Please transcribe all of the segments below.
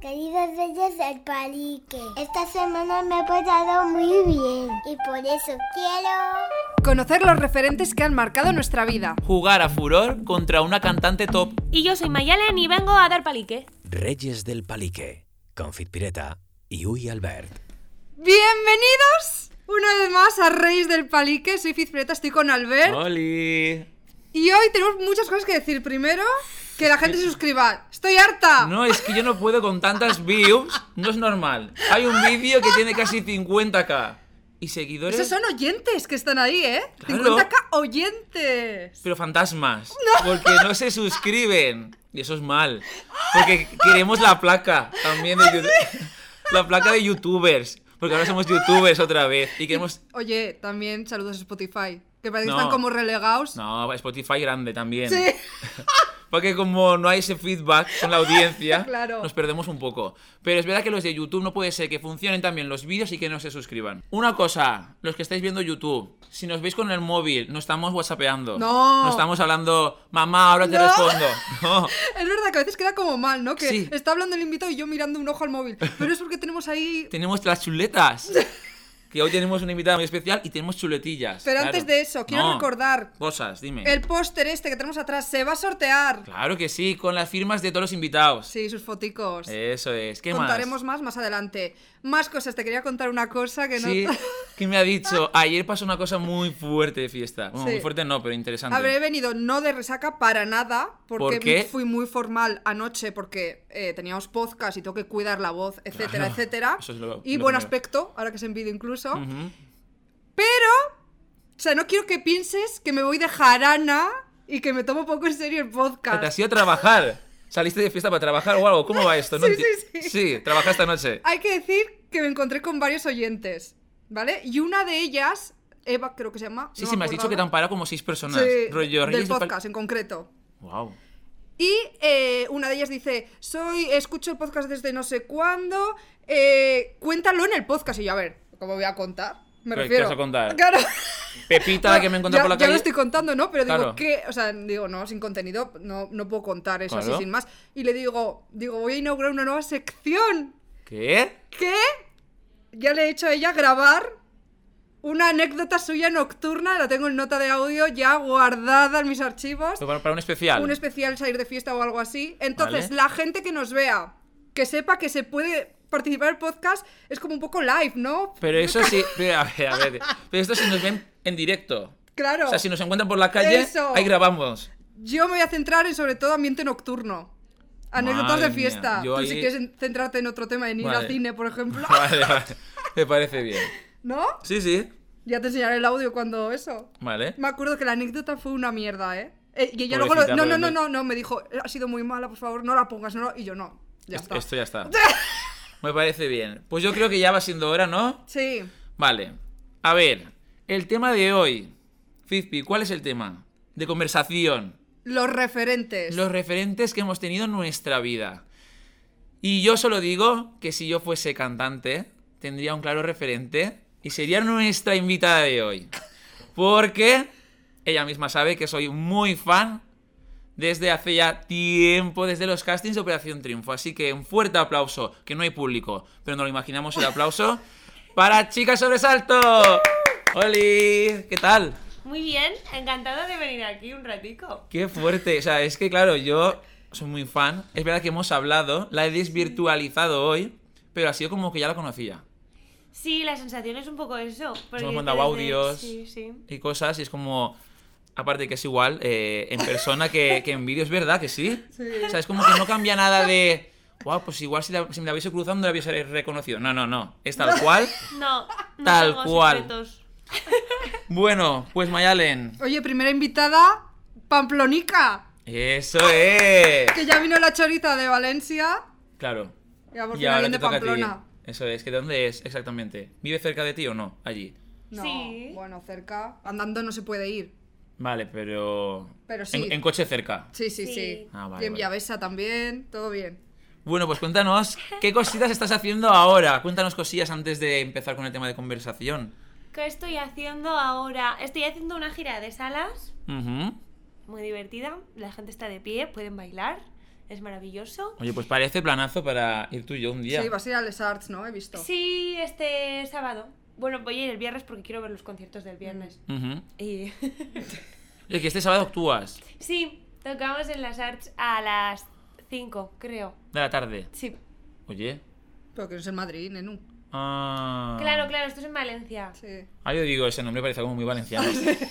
Queridas bellas del palique, esta semana me ha pasado muy bien y por eso quiero... Conocer los referentes que han marcado nuestra vida. Jugar a furor contra una cantante top. Y yo soy Mayalen y vengo a dar palique. Reyes del Palique, Confit Pireta y Uy Albert. ¡Bienvenidos! Una vez más a Reyes del Palique. Soy Fizpreta, estoy con Albert. ¡Oli! Y hoy tenemos muchas cosas que decir. Primero, que la gente se suscriba. ¡Estoy harta! No, es que yo no puedo con tantas views. No es normal. Hay un vídeo que tiene casi 50k. Y seguidores... Esos son oyentes que están ahí, ¿eh? Claro. 50k oyentes. Pero fantasmas. Porque no se suscriben. Y eso es mal. Porque queremos la placa también ¿Ah, de YouTube. La placa de youtubers. Porque ahora somos youtubers otra vez. Y queremos... Oye, también saludos a Spotify, que parece No. que están como relegados. No, Spotify grande también. Sí. Porque como no hay ese feedback con la audiencia, Claro. nos perdemos un poco. Pero es verdad que los de YouTube no puede ser que funcionen también los vídeos y que no se suscriban. Una cosa, los que estáis viendo YouTube, si nos veis con el móvil, no estamos whatsappeando. No. No estamos hablando, mamá, ahora te No. respondo. No. Es verdad que a veces queda como mal, ¿no? Que Sí. está hablando el invitado y yo mirando un ojo al móvil. Pero es porque tenemos ahí... Tenemos las chuletas. Que hoy tenemos una invitada muy especial y tenemos chuletillas. Pero claro. antes de eso, quiero No. recordar Cosas, dime. el póster este que tenemos atrás. Se va a sortear. Claro que sí, con las firmas de todos los invitados. Sí, sus foticos. Eso es. Eh, ¿Qué Contaremos más? más más adelante. Más cosas. Te quería contar una cosa que no... Sí, que me ha dicho, ayer pasó una cosa muy fuerte de fiesta. Bueno, Sí. muy fuerte no, pero interesante. Habré venido no de resaca para nada, porque ¿Por qué? fui muy formal anoche, porque eh, teníamos podcast y tengo que cuidar la voz, etcétera, Claro, etcétera. eso es lo- y lo buen primero. aspecto, ahora que es en vídeo incluso. Ujú. O sea, no quiero que pienses que me voy de jarana y que me tomo poco en serio el Pero Te podcast. has ido a trabajar. ¿Saliste de fiesta para trabajar o algo? ¿Cómo va esto? No Sí, enti- sí, sí. Sí, trabaja esta noche. Hay que decir que me encontré con varios oyentes, ¿vale? Y una de ellas, Eva creo que se llama. Sí, sí, me has dicho que te han parado como seis personas. Sí, Rollo, del Reyes podcast en concreto. Wow. Y eh, una de ellas dice, soy, escucho el podcast desde no sé cuándo, eh, cuéntalo en el podcast. Y yo, a ver, ¿cómo voy a contar? Me Pero, ¿qué refiero. vas a contar? Claro. Pepita, la que me he encontrado ya, por la ya calle. lo estoy contando, ¿no? Pero Claro. digo, ¿qué? O sea, digo, no, sin contenido no, no puedo contar eso Claro. así sin más. Y le digo, digo, voy a inaugurar una nueva sección. ¿Qué? ¿Qué? Ya le he hecho a ella grabar una anécdota suya nocturna, la tengo en nota de audio ya guardada en mis archivos Para, para un especial. un especial salir de fiesta o algo así. Entonces, Vale. la gente que nos vea, que sepa que se puede participar en el podcast, es como un poco live, ¿no? Pero eso sí. Pero, a ver, a ver. Pero esto si nos ven en directo. Claro. O sea, si nos encuentran por la calle, Eso. ahí grabamos. Yo me voy a centrar en sobre todo ambiente nocturno. Anécdotas Madre de fiesta. mía, yo Tú ahí- si quieres en- centrarte en otro tema, en ir al Vale. cine, por ejemplo. Vale, vale. Me parece bien. ¿No? Sí, sí. Ya te enseñaré el audio cuando eso. Vale. Me acuerdo que la anécdota fue una mierda, ¿eh? Eh, y ella Pobrecita, luego lo- no, pero no, no, no- no, no, me dijo, ha sido muy mala, por favor, no la pongas, no, la-". y yo no. Ya Est- está. Esto ya está. Me parece bien. Pues yo creo que ya va siendo hora, ¿no? Sí. Vale. A ver, el tema de hoy. Fizpi, ¿cuál es el tema? De conversación. Los referentes. Los referentes que hemos tenido en nuestra vida. Y yo solo digo que si yo fuese cantante, tendría un claro referente y sería nuestra invitada de hoy. Porque ella misma sabe que soy muy fan desde hace ya tiempo, desde los castings de Operación Triunfo. Así que un fuerte aplauso, que no hay público, pero nos lo imaginamos el aplauso, para Chica Sobresalto. ¡Holi! ¿Qué tal? Muy bien, encantada de venir aquí un ratico. Qué fuerte, o sea, es que claro, yo soy muy fan. Es verdad que hemos hablado, la he desvirtualizado hoy, pero ha sido como que ya la conocía. Sí, la sensación es un poco eso. porque hemos mandado desde- audios. Sí, sí. Y cosas, y es como. Aparte que es igual eh, en persona que, que en vídeo, es verdad que sí. O sea, es como que no cambia nada de. Wow, pues igual si, la- si me la hubiese cruzando la hubiese reconocido. No, no, no. Es tal cual. No, no Tal somos cual. secretos. Bueno, pues Mayalen. Oye, primera invitada, Pamplonica, Eso es. que ya vino la chorita de Valencia. Claro. Ya por Y fin ahora alguien te de toca a ti. Pamplona. Eso es, que ¿dónde es exactamente? ¿Vive cerca de ti o no? Allí. No, Sí. bueno, cerca. Andando no se puede ir. Vale, pero. Pero sí. En, en coche cerca. Sí, sí, sí. Sí. Ah, vale, y en vale. Villavesa también, todo bien. Bueno, pues cuéntanos, ¿qué cositas estás haciendo ahora? Cuéntanos cosillas antes de empezar con el tema de conversación. ¿Qué estoy haciendo ahora? Estoy haciendo una gira de salas Ujú. muy divertida. La gente está de pie, pueden bailar. es maravilloso. Oye, pues parece planazo para ir tú y yo un día. Sí, vas a ir a Les Arts, ¿no? He visto. Sí, este sábado. Bueno, voy a ir el viernes porque quiero ver los conciertos del viernes. Ujú. Y Oye, que este sábado actúas sí, tocamos en las Arts a las 5, creo. de la tarde. Sí. Oye. Pero que no es en Madrid, Nenu. Ah. Claro, claro, esto es en Valencia. Sí. Ah, yo digo, ese nombre parece como muy valenciano.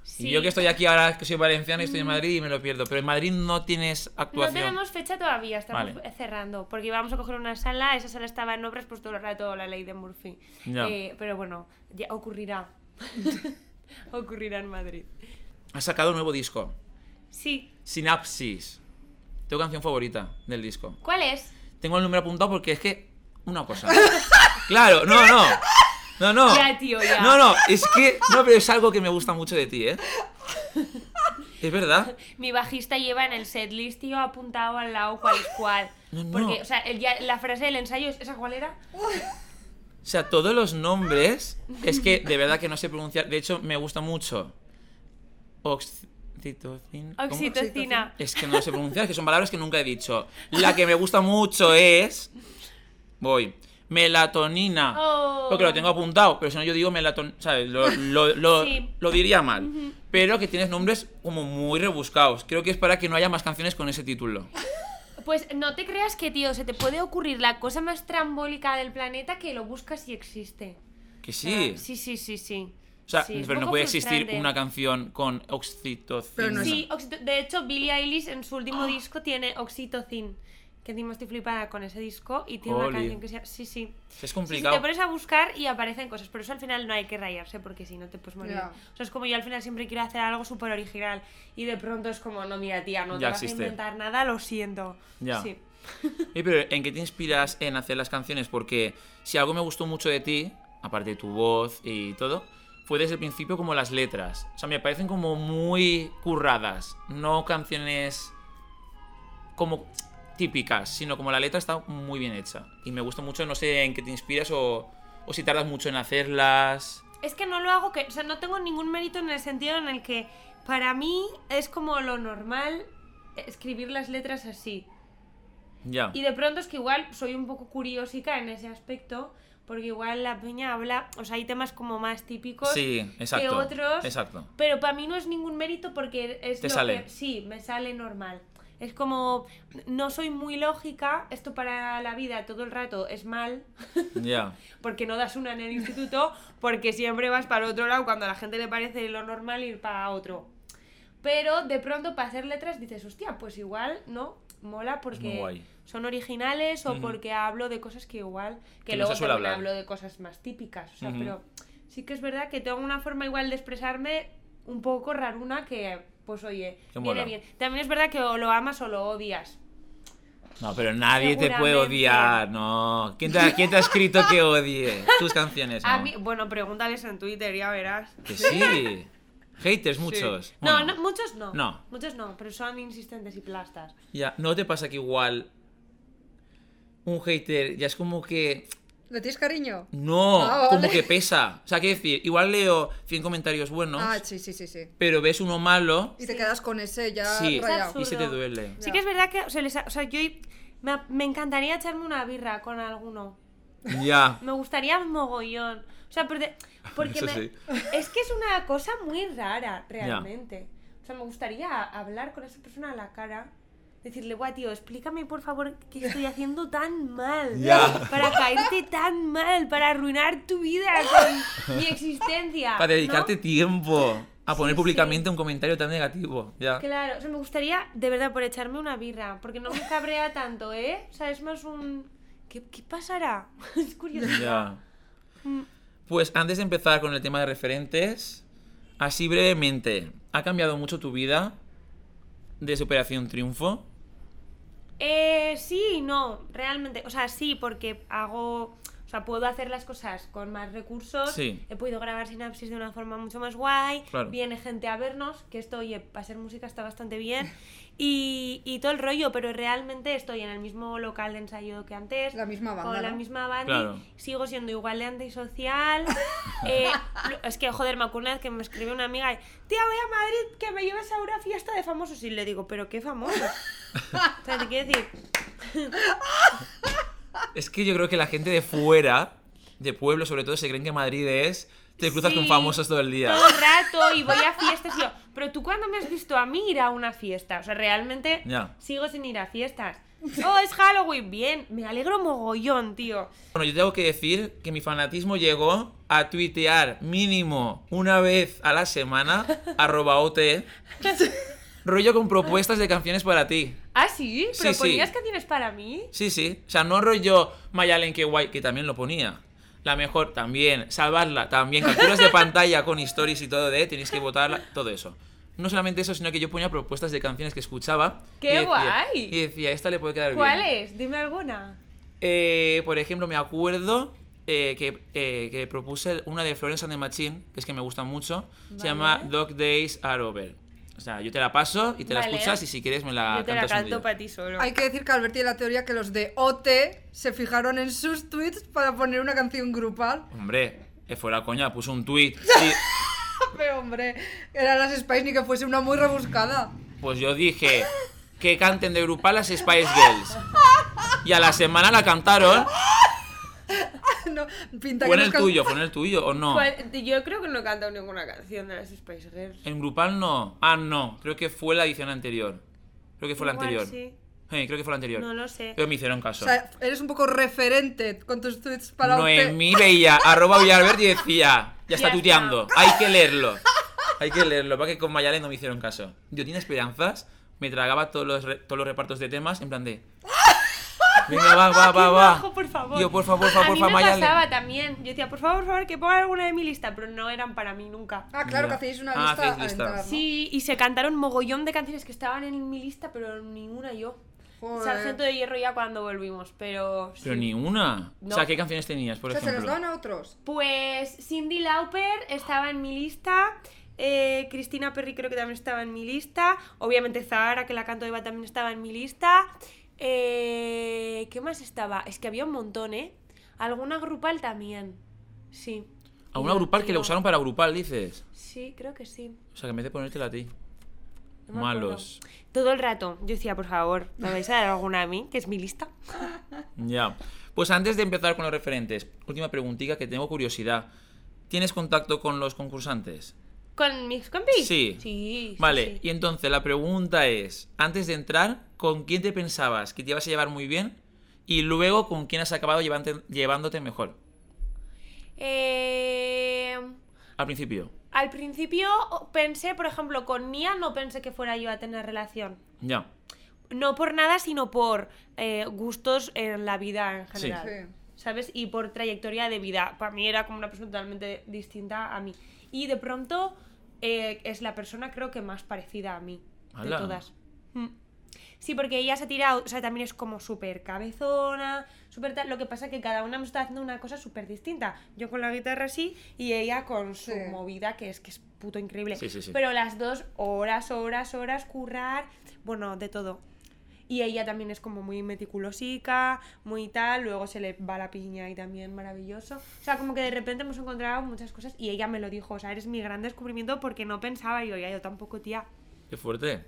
Sí. Mm. Y yo que estoy aquí ahora, que soy valenciano y estoy en Madrid y me lo pierdo. Pero en Madrid no tienes No actuación. tenemos fecha todavía, estamos eh, Vale. cerrando, porque íbamos a coger una sala, esa sala estaba en obras pues todo el rato la ley de Murphy. Ya. Eh, pero bueno, ya ocurrirá. ocurrirá en Madrid. Has sacado un nuevo disco. Sí. Sinapsis. Tengo canción favorita del disco. ¿Cuál es? Tengo el número apuntado porque es que. Una cosa. Claro, no, no. No, no. Ya, tío, ya. No, no, es que. No, pero es algo que me gusta mucho de ti, ¿eh? Es verdad. Mi bajista lleva en el setlist, tío, apuntado al lado cuál es cuál. No, no. Porque, o sea, el- ya- la frase del ensayo es, ¿esa cuál era? O sea, todos los nombres. Es que de verdad que no sé pronunciar. De hecho, me gusta mucho. Oxitocin. ¿cómo? Oxitocina. Es que no lo sé pronunciar, es que son palabras que nunca he dicho. La que me gusta mucho es. Voy. Melatonina. Oh. Porque lo tengo apuntado, pero si no yo digo melatonina, ¿sabes? Lo, lo- lo- Sí. lo diría mal. Pero que tienes nombres como muy rebuscados. Creo que es para que no haya más canciones con ese título. Pues no te creas que, tío, se te puede ocurrir la cosa más trambólica del planeta que lo buscas y existe. Que O sea, sí. Ah, sí, sí, sí, sí. O sea, Sí, es pero no poco puede existir frustrante. una canción con oxitocina. Pero no es- Sí, oxito- de hecho, Billie Eilish en su último disco tiene Oxytocin. Que encima estoy flipada con ese disco y tiene Oli. una canción que se llama. Sí, sí. Es Sí, sí, complicado. te pones a buscar y aparecen cosas, pero eso al final no hay que rayarse porque si no te puedes morir. Ya. O sea, es como yo al final siempre quiero hacer algo súper original y de pronto es como, no, mira, tía, no te Ya vas existe. a inventar nada, lo siento. Ya. Sí. Oye, pero ¿en qué te inspiras en hacer las canciones? Porque si algo me gustó mucho de ti, aparte de tu voz y todo, fue desde el principio como las letras. O sea, me parecen como muy curradas, no canciones como típicas, sino como la letra está muy bien hecha. Y me gusta mucho, no sé en qué te inspiras o, o si tardas mucho en hacerlas. Es que no lo hago, que, o sea, no tengo ningún mérito en el sentido en el que para mí es como lo normal escribir las letras así. Ya. Y de pronto es que igual soy un poco curiosica en ese aspecto, porque igual la peña habla, o sea, hay temas como más típicos. Sí, exacto. otros- Exacto. Pero para mí no es ningún mérito porque es Te lo sale. que sí, me sale normal. Es como no soy muy lógica, esto para la vida todo el rato es mal, Ya. porque no das una en el instituto, porque siempre vas para otro lado cuando a la gente le parece lo normal ir para otro. Pero de pronto para hacer letras dices, hostia, pues igual, ¿no? Mola muy porque guay. son originales o Ujú. porque hablo de cosas que igual, que, Que no se luego suele también hablar. hablo de cosas más típicas, o sea, Ujú. pero sí que es verdad que tengo una forma igual de expresarme un poco raruna que, pues oye, Que mola. viene bien. También es verdad que o lo amas o lo odias. No, pero nadie te puede Seguramente. odiar, no. ¿Quién te, ha- quién te ha escrito que odie tus canciones? A no? mí, bueno, pregúntales en Twitter, ya verás. Que sí. Haters muchos. No, Bueno, no, muchos no. No. Muchos no, pero son insistentes y plastas. Ya, ¿no te pasa que igual un hater ya es como que ¿Le tienes cariño? no, Ah, vale. como que pesa? O sea, que decir, igual leo 100 comentarios buenos, Ah, sí, sí, sí, sí. pero ves uno malo, Y te quedas con ese ya sí, rayado. y se te duele. Sí que es verdad que se les ha- o sea, yo me, me encantaría echarme una birra con alguno. Ya. Me gustaría mogollón. O sea, pero de- porque Eso me- sí. es que es una cosa muy rara, realmente. O sea, me gustaría hablar con esa persona a la cara. Decirle, guau, tío, explícame por favor qué estoy haciendo tan mal. Ya. Para caerte tan mal, para arruinar tu vida con mi existencia. Para dedicarte ¿no? tiempo a poner Sí, públicamente un comentario tan negativo, ya. Claro, o sea, me gustaría de verdad por echarme una birra, porque no me cabrea tanto, ¿eh? O sea, es más un... ¿Qué, qué pasará? Es curioso. Ya. Pues antes de empezar con el tema de referentes, así brevemente, ¿ha cambiado mucho tu vida desde Operación Triunfo? Eh, sí, y no, realmente. O sea, sí, porque hago. O sea, puedo hacer las cosas con más recursos. Sí. He podido grabar sinapsis de una forma mucho más guay. Claro. Viene gente a vernos, que esto, oye, para ser música está bastante bien. Y, y todo el rollo, pero realmente estoy en el mismo local de ensayo que antes. La misma banda, Con la ¿no? misma banda. Claro. Sigo siendo igual de antisocial. Eh, lo- es que, joder, me acuerdo una vez que me escribió una amiga, tía, voy a Madrid, que me llevas a una fiesta de famosos. Y le digo, ¿pero qué famosos? O sea, te quiero decir, Es que yo creo que la gente de fuera, de pueblo sobre todo, se creen que Madrid es. Te cruzas con Sí. famosos todo el día. todo el rato y voy a fiestas y yo, pero tú cuándo me has visto a mí ir a una fiesta? O sea, realmente Ya. sigo sin ir a fiestas. Oh, es Halloween, bien, me alegro mogollón, tío. Bueno, yo tengo que decir que mi fanatismo llegó a tuitear mínimo una vez a la semana arroba OT. Rollo con propuestas de canciones para ti. Ah, sí, Sí, pero sí. ponías canciones para mí. Sí, sí. O sea, no rollo Mayalen que guay, que también lo ponía. La mejor también. Salvarla también. Capturas de pantalla con stories y todo de tenéis que votarla. Todo eso. No solamente eso, sino que yo ponía propuestas de canciones que escuchaba. y ¡Qué decía- guay! Y decía, esta le puede quedar bien. ¿Cuál es? Dime alguna. Eh, por ejemplo, me acuerdo eh, que, eh, que propuse una de Florence and the Machine, que es que me gusta mucho. Se llama Dog Days Are Over. O sea, yo te la paso y te la Vale. escuchas y si quieres me la Yo te la Ah, cantas un canto día. para ti solo. Hay que decir que Albert tiene la teoría que los de OT se fijaron en sus tweets para poner una canción grupal. Hombre, eh, fuera coña, puso un tweet. Pero hombre, eran las Spice ni que fuese una muy rebuscada. pues yo dije que canten de grupal las Spice Girls. Y a la semana la cantaron. No, pinta Fue en que nos el ca- tuyo, fue en el tuyo o no. ¿Cuál? Pues, Yo creo que no he cantado ninguna canción de las Spice Girls. En grupal no. Ah, no. Creo que fue la edición anterior. Creo que fue la Igual anterior. sí. Sí, creo que fue la anterior. No lo sé. Pero me hicieron caso. O sea, eres un poco referente con tus tweets para OT. Noemí veía arroba Villalbert y decía, ya Ya está está. tuteando, hay que leerlo. Hay que leerlo, para que con Mayale no me hicieron caso. Yo tenía esperanzas, me tragaba todos los, re- todos los repartos de temas, en plan de... Venga, va, va, va, Qué va. bajo, por favor. Yo, por favor, por favor, a por mí favor, me Mayale. pasaba también. Yo decía, por favor, por favor, que pongan alguna de mi lista, pero no eran para mí nunca. Ah, claro Ya. que hacéis una Ah, lista. hacéis al lista. entrar, ¿no? Sí, y se cantaron mogollón de canciones que estaban en mi lista, pero ninguna yo. Joder. Sargento de Hierro ya cuando volvimos, pero... sí. Pero ni una. No. O sea, ¿qué canciones tenías, por O sea, se los ejemplo? dan a otros. Pues Cindy Lauper estaba en mi lista, eh, Cristina Perry creo que también estaba en mi lista, obviamente Zahara, que la canto Eva, también estaba en mi lista. Eh, ¿Qué más estaba? Es que había un montón, ¿eh? Alguna grupal también, sí. A una Y- grupal que y le no. usaron para grupal, dices. Sí, creo que sí. O sea, que en vez de ponértela a ti. No me Malos. acuerdo. Todo el rato. Yo decía, por favor, ¿me vais a dar alguna a mí? Que es mi lista. Ya. Pues antes de empezar con los referentes, última preguntita que tengo curiosidad. ¿Tienes contacto con los concursantes? ¿Con mis compis? Sí. Sí. sí, Vale, sí. y entonces la pregunta es, antes de entrar, ¿con quién te pensabas que te ibas a llevar muy bien? Y luego, ¿con quién has acabado llevante- llevándote mejor? Eh... Al principio. Al principio pensé, por ejemplo, con Nia no pensé que fuera yo a tener relación. Ya. No por nada, sino por eh, gustos en la vida en Sí. general. Sí. ¿Sabes? Y por trayectoria de vida. Para mí era como una persona totalmente distinta a mí. Y de pronto eh, es la persona creo que más parecida a mí. Ala. De todas. Mm. Sí, porque ella se ha tirado, o sea, también es como súper cabezona, súper tal. Lo que pasa que cada una me está haciendo una cosa súper distinta. Yo con la guitarra así y ella con su Sí. movida que es que es puto increíble. Sí, sí, sí. Pero las dos horas, horas, horas, currar, bueno, de todo. Y ella también es como muy meticulosica, muy tal, luego se le va la piña y también maravilloso. O sea, como que de repente hemos encontrado muchas cosas y ella me lo dijo, o sea, eres mi gran descubrimiento porque no pensaba yo, ya yo tampoco, tía. Qué fuerte.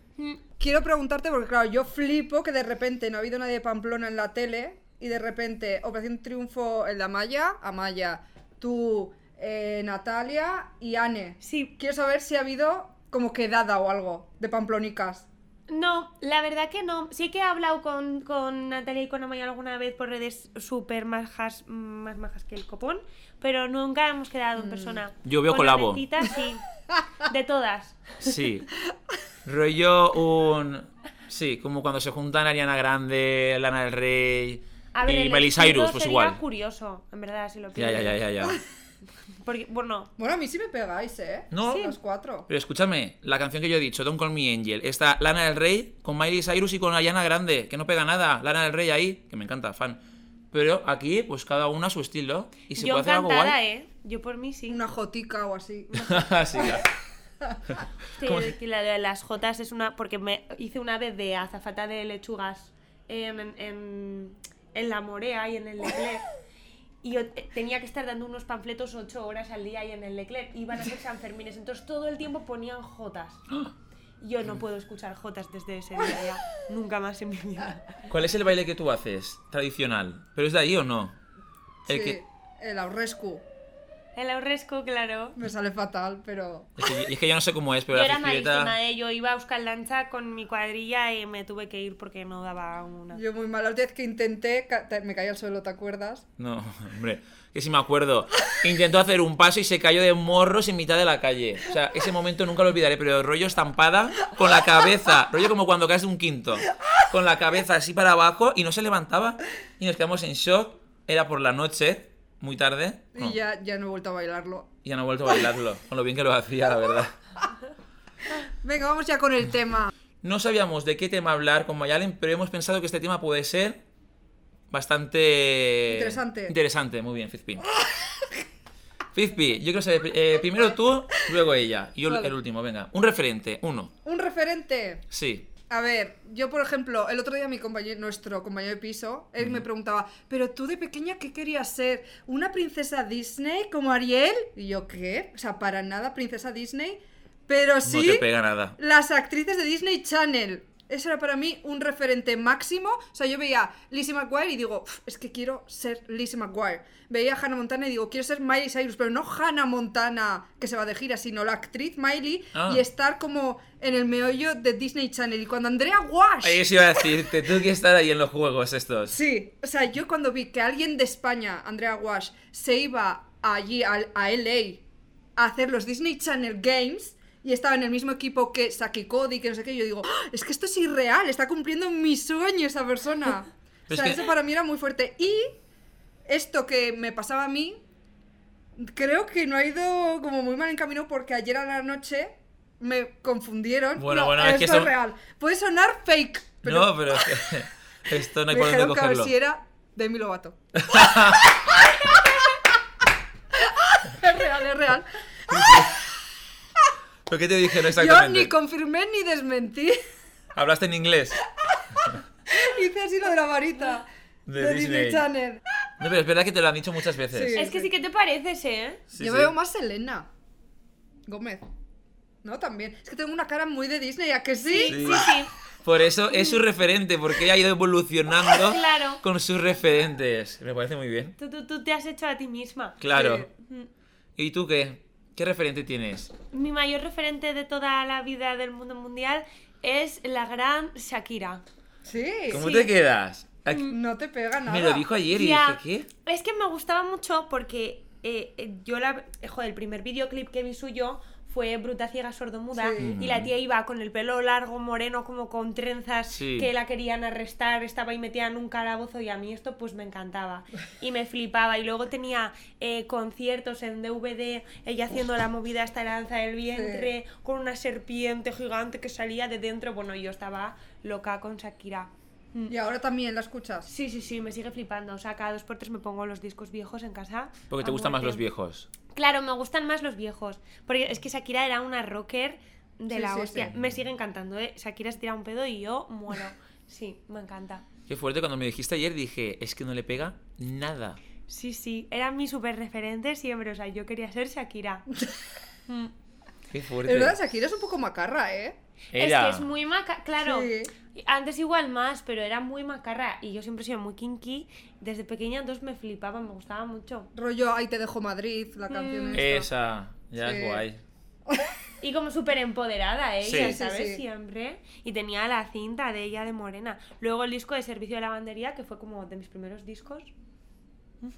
Quiero preguntarte, porque claro, yo flipo que de repente no ha habido nadie de Pamplona en la tele y de repente Operación Triunfo en la Maya, Amaya, tú, eh, Natalia y Ane. Sí. Quiero saber si ha habido como quedada o algo de pamplonicas. No, la verdad que no. Sí que he hablado con, con Natalia y con Amaya alguna vez por redes súper majas, mm, más majas que el copón, pero nunca hemos quedado en persona. Mm. Yo veo Con la colabo. Bendita, sí. De todas. Sí. Rollo un... Sí, como cuando se juntan Ariana Grande, Lana del Rey A ver, y el Miley estilo Cyrus, pues sería igual. curioso, en verdad, si lo Ya, pienso. ya, ya, ya, ya. Porque, bueno, Bueno, a mí sí me pegáis, ¿eh? No. Sí. Los cuatro. Pero escúchame, la canción que yo he dicho, Don't Call Me Angel, está Lana del Rey con Miley Cyrus y con Ariana Grande, que no pega nada. Lana del Rey ahí, que me encanta, fan. Pero aquí, pues cada una a su estilo. Y se yo puede hacer algo encantada, guay. ¿eh? Yo por mí sí. Una jotica o así. Sí, ya. Sí, que la de las jotas es una... Porque me hice una vez de azafata de lechugas en, en, en- en la Morea y en el Leclerc. Y yo te- tenía que estar dando unos panfletos ocho horas al día y en el Leclerc iban a ser San Fermines. Entonces todo el tiempo ponían jotas. Yo no puedo escuchar jotas desde ese día ya. Nunca más en mi vida. ¿Cuál es el baile que tú haces? Tradicional. ¿Pero es de ahí o no? El sí, que... el aurrescu. El aurresco, claro. Me sale fatal, pero. Es que, es que yo no sé cómo es, pero yo la era fifireta- malísima, ¿eh? yo iba a buscar lanza con mi cuadrilla y me tuve que ir porque no daba una. Yo muy mal. La última vez que intenté, ca- te- me caí al suelo, ¿te acuerdas? No, hombre, que si me acuerdo. Intentó hacer un paso y se cayó de morros en mitad de la calle. O sea, ese momento nunca lo olvidaré, pero rollo estampada con la cabeza. Rollo como cuando caes de un quinto. Con la cabeza así para abajo y no se levantaba. Y nos quedamos en shock. Era por la noche, muy tarde. Y No, ya, ya no he vuelto a bailarlo. ya no he vuelto a bailarlo, con lo bien que lo hacía, la verdad. Venga, vamos ya con el tema. No sabíamos de qué tema hablar con Mayalen, pero hemos pensado que este tema puede ser bastante... Interesante. Interesante, muy bien, Fizpi. Fizpi, yo quiero saber, eh, primero tú, luego ella. Y yo Vale. el último, venga. Un referente, uno. Un referente. Sí. A ver, yo por ejemplo, el otro día mi compañero, nuestro compañero de piso, él me preguntaba, pero tú de pequeña, ¿qué querías ser? ¿Una princesa Disney como Ariel? Y yo, ¿qué? O sea, para nada princesa Disney, pero sí No te pega nada. las actrices de Disney Channel. Eso era para mí un referente máximo. O sea, yo veía Lizzie McGuire y digo, "Uf, es que quiero ser Lizzie McGuire. Veía a Hannah Montana y digo, quiero ser Miley Cyrus, pero no Hannah Montana que se va de gira, sino la actriz Miley Ah. y estar como en el meollo de Disney Channel. Y cuando Andrea Wash. Ahí sí iba a decirte, tú que estar ahí en los juegos estos. Sí, o sea, yo cuando vi que alguien de España, Andrea Wash, se iba allí al- a, LA a hacer los Disney Channel Games y estaba en el mismo equipo que Saki Cody, que no sé qué, yo digo, "¡Ah! es que esto es irreal, está cumpliendo mi sueño esa persona. O Pero es sea, que- eso para mí era muy fuerte. Y esto que me pasaba a mí, creo que no ha ido como muy mal en camino porque ayer a la noche me confundieron. Bueno, No, bueno, es que esto es esto- real. Puede sonar fake, pero no, pero es que esto no hay me por dónde dijeron que a ver cogerlo. si era Demi Lovato. es real, es real. ¿Pero qué te dijeron Yo exactamente? ni confirmé ni desmentí. ¿Hablaste en inglés? Hice así lo de la varita. De De, Disney. Disney. Channel. No, pero es verdad que te lo han dicho muchas veces. Sí. Es que sí que te pareces, ¿eh? Sí, Yo sí. veo más Selena Gómez. No, también. Es que tengo una cara muy de Disney, ¿a que sí? Sí. Sí, sí. Por eso es su referente, porque ella ha ido evolucionando Claro. con sus referentes. Me parece muy bien. Tú, tú, tú te has hecho a ti misma. Claro. ¿Y tú qué? ¿Qué referente tienes? Mi mayor referente de toda la vida del mundo mundial es la gran Shakira. Sí. ¿Cómo te quedas? Aquí- No te pega nada. Me lo dijo ayer y Mm, Ya. dije, ¿qué? Es que me gustaba mucho porque eh, eh, yo la. eh, Joder, el primer videoclip que vi suyo fue Bruta Ciega Sordomuda Sí. y la tía iba con el pelo largo, moreno, como con trenzas Sí. que la querían arrestar, estaba y metía en un calabozo y a mí esto pues me encantaba y me flipaba. Y luego tenía eh, conciertos en DVD, ella haciendo la movida hasta la danza del vientre con una serpiente gigante que salía de dentro. Bueno, yo estaba loca con Shakira. Mm. Y ahora también la escuchas. Sí, sí, sí, me sigue flipando. O sea, cada dos por tres me pongo los discos viejos en casa. Porque te a gustan más muerte. los viejos. Claro, me gustan más los viejos. Porque es que Shakira era una rocker de Sí, la sí, hostia. sí. Me sigue encantando, ¿eh? Shakira se tira un pedo y yo muero. Sí, me encanta. Qué fuerte, cuando me dijiste ayer dije, es que no le pega nada. Sí, sí, era mi súper referente siempre. O sea, yo quería ser Shakira. Qué Es fuerte. verdad, Shakira es un poco macarra, ¿eh? Era. Es que es muy maca, claro. Sí. Antes igual más, pero era muy macarra. Y yo siempre he sido muy kinky. Desde pequeña, entonces me flipaba, me gustaba mucho. Rollo, ahí te dejo Madrid, la canción esta. Esa, ya Sí. es guay. Y como súper empoderada ella, Sí. Sí, sí, ¿sabes? sí. Siempre. Y tenía la cinta de ella de morena. Luego el disco de servicio de lavandería, que fue como de mis primeros discos.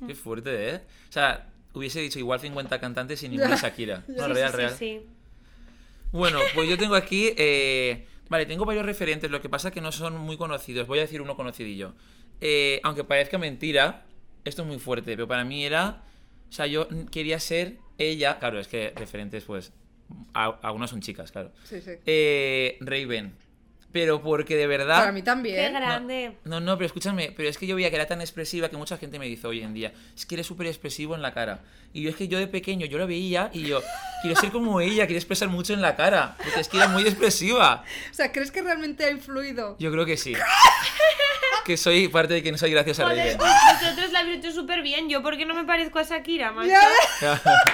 Qué fuerte, ¿eh? O sea, hubiese dicho igual 50 cantantes sin ninguna Shakira. No, sí, real, sí, real. sí, Bueno, pues yo tengo aquí. eh, vale, tengo varios referentes, lo que pasa es que no son muy conocidos. Voy a decir uno conocidillo. Eh, aunque parezca mentira, esto es muy fuerte, pero para mí era. O sea, yo quería ser ella. Claro, es que referentes, pues. a- Algunas son chicas, claro. Sí, sí. Eh, Raven. Pero porque de verdad. Para mí sí. Qué también. grande. No, no, pero escúchame, pero es que yo veía que era tan expresiva que mucha gente me dice hoy en día, es que eres súper expresivo en la cara. Y yo es que yo de pequeño, yo la veía y yo, quiero ser como ella, quiero expresar mucho en la cara, porque es que era muy expresiva. O sea, ¿crees que realmente ha influido? Yo creo que sí. que soy parte de que no soy graciosa Joder, pues Raven. vosotros la habéis hecho súper bien. Yo, ¿por qué no me parezco a Shakira, macho?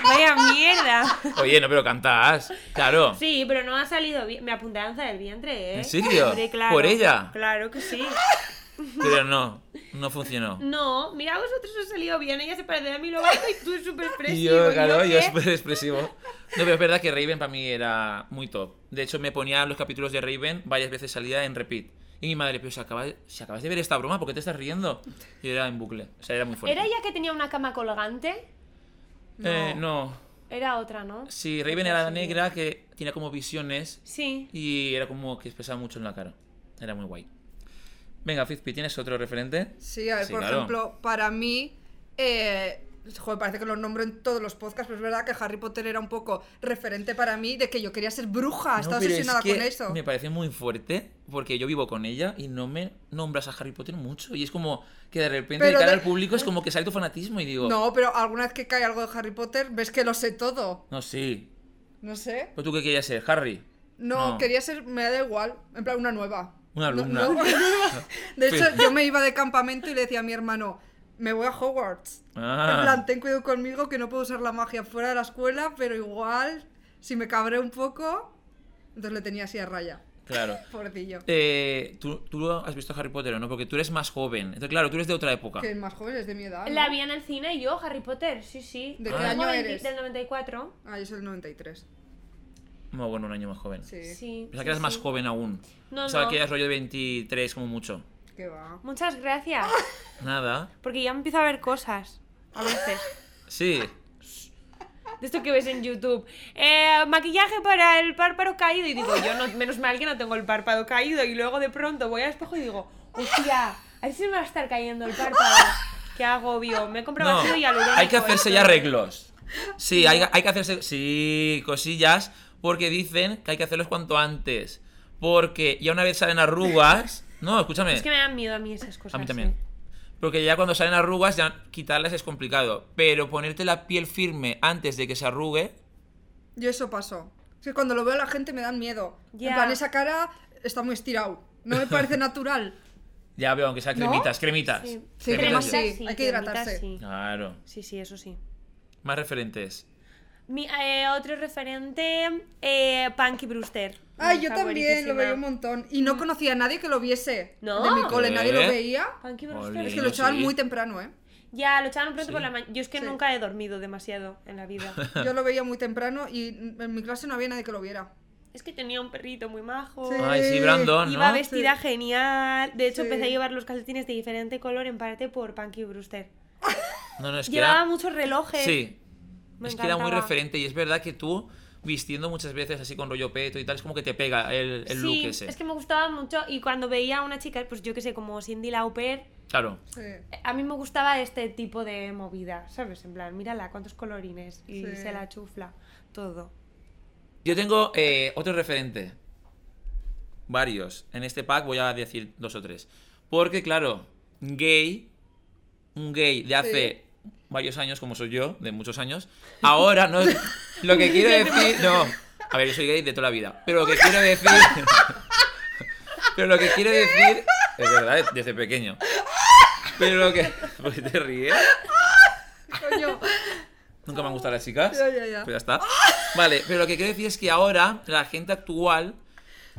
Vaya mierda. Oye, no, pero cantás. Claro. Sí, pero no ha salido bien. Me apunté a danza del vientre, ¿eh? ¿En serio? Hombre, claro. ¿Por ella? Claro que sí. Pero no, no funcionó. No, mira, a vosotros os ha salido bien. Ella se parece a mi Lovato y tú súper Y expresivo. yo, claro, yo qué? súper expresivo. No, pero es verdad que Raven para mí era muy top. De hecho, me ponía los capítulos de Raven varias veces salida en repeat. Y mi madre, pero si acabas, si acabas de ver esta broma, ¿por qué te estás riendo? Y era en bucle. O sea, era muy fuerte. ¿Era ella que tenía una cama colgante? Eh, no. Era otra, ¿no? Sí, Raven era la negra que tenía como visiones Sí. y era como que expresaba mucho en la cara. Era muy guay. Venga, Fizpi, ¿tienes otro referente? Sí, a ver, Sí, por claro. ejemplo, para mí. Eh, joder, parece que lo nombro en todos los podcasts, pero es verdad que Harry Potter era un poco referente para mí de que yo quería ser bruja. No, estaba pero es Ah, obsesionada que con eso. Me parece muy fuerte porque yo vivo con ella y no me nombras a Harry Potter mucho. Y es como que de repente Pero de cara de- eh. al público es como que sale tu fanatismo y digo, no, No, pero alguna vez que cae algo de Harry Potter, ves que lo sé todo. sí. No sé. ¿Pero tú qué querías ser? ¿Harry? No, No. quería ser, me da igual, en plan una nueva. Una No, alumna. no. De hecho, Sí. yo me iba de campamento y le decía a mi hermano, me voy a Hogwarts. Ah. En plan, ten cuidado conmigo que no puedo usar la magia fuera de la escuela, pero igual, si me cabré un poco, entonces le tenía así a raya. Claro. Pobrecillo. Eh, ¿tú, tú has visto Harry Potter o no? Porque tú eres más joven. Entonces, claro, tú eres de otra época. Que más jóvenes de mi edad. ¿no? La vi en el cine y yo, Harry Potter, sí, sí. ¿De qué Tengo año 20 eres? Del 94. Ah, yo soy el 93. No, bueno, un año más joven. Sí. Sí. Pensaba sí, que eras más sí. joven aún. No, Pensaba no. que eras rollo de 23 como mucho. Que va. Muchas gracias. Ah. Nada. Porque ya empiezo a ver cosas. A veces. Sí. De esto que ves en YouTube. Eh, maquillaje para el párpado caído. Y digo, yo no, menos mal que no tengo el párpado caído. Y luego de pronto voy al espejo y digo, hostia, a ver si me va a estar cayendo el párpado. Qué agobio. Me he comprado No, ácido hialurónico. ¿eh? hay que hacerse esto ya no- arreglos. Sí, hay, hay que hacerse, sí, cosillas, porque dicen que hay que hacerlos cuanto antes. Porque ya una vez salen arrugas, no, escúchame, Es que me dan miedo a mí esas cosas. a mí ¿eh? también. Porque ya cuando salen arrugas, ya quitarlas es complicado. Pero ponerte la piel firme antes de que se arrugue, Yo eso pasó. Es que cuando lo veo a la gente me dan miedo. Ya. En plan, esa cara está muy estirado. No me parece natural. ya veo, aunque sean ¿No? cremitas, cremitas. Sí. Sí, Cremitas sí, ya. hay que cremita hidratarse. Sí. Claro. sí, sí, eso sí. Más referentes. Mi- eh, otro referente, eh, Punky Brewster. Ay, Mi yo también lo favoritísima. veía un montón. Y no conocía a nadie que lo viese. No. De mi cole, nadie lo ¿Eh? veía. Punky Ole. Brewster. Es que lo Sí. echaban muy temprano, ¿eh? Ya, lo echaban pronto Sí. por la mañana. Yo es que Sí. nunca he dormido demasiado en la vida. Yo lo veía muy temprano y en mi clase no había nadie que lo viera. Es que tenía un perrito muy majo. Sí. Ay, sí, Brandon, Iba Ah, ¿no? vestida genial. De hecho, Sí. empecé a llevar los calcetines de diferente color en parte por Punky Brewster. No, no, es que Llevaba era- muchos relojes. Sí. Me es que era muy encantaba. referente y es verdad que tú, vistiendo muchas veces así con rollo peto y tal, es como que te pega el, el Sí, look ese. es que me gustaba mucho. Y cuando veía a una chica, pues yo que sé, como Cindy Lauper, Claro. Sí. a mí me gustaba este tipo de movida, ¿sabes? En plan, mírala, cuántos colorines. Y Sí. se la chufla. Todo. Yo tengo eh, otro referente. Varios. En este pack voy a decir dos o tres. Porque, claro, gay, un gay de hace varios años, como soy yo, de muchos años, ahora no es- Lo que quiero decir. No. A ver, yo soy gay de toda la vida. Pero lo que quiero decir. Pero lo que quiero decir. Es verdad, desde pequeño. Pero lo que. ¿Por qué te ríes? Coño. Nunca me han gustado las chicas. Ya, ya, ya. Pues ya está. Vale, pero lo que quiero decir es que ahora la gente actual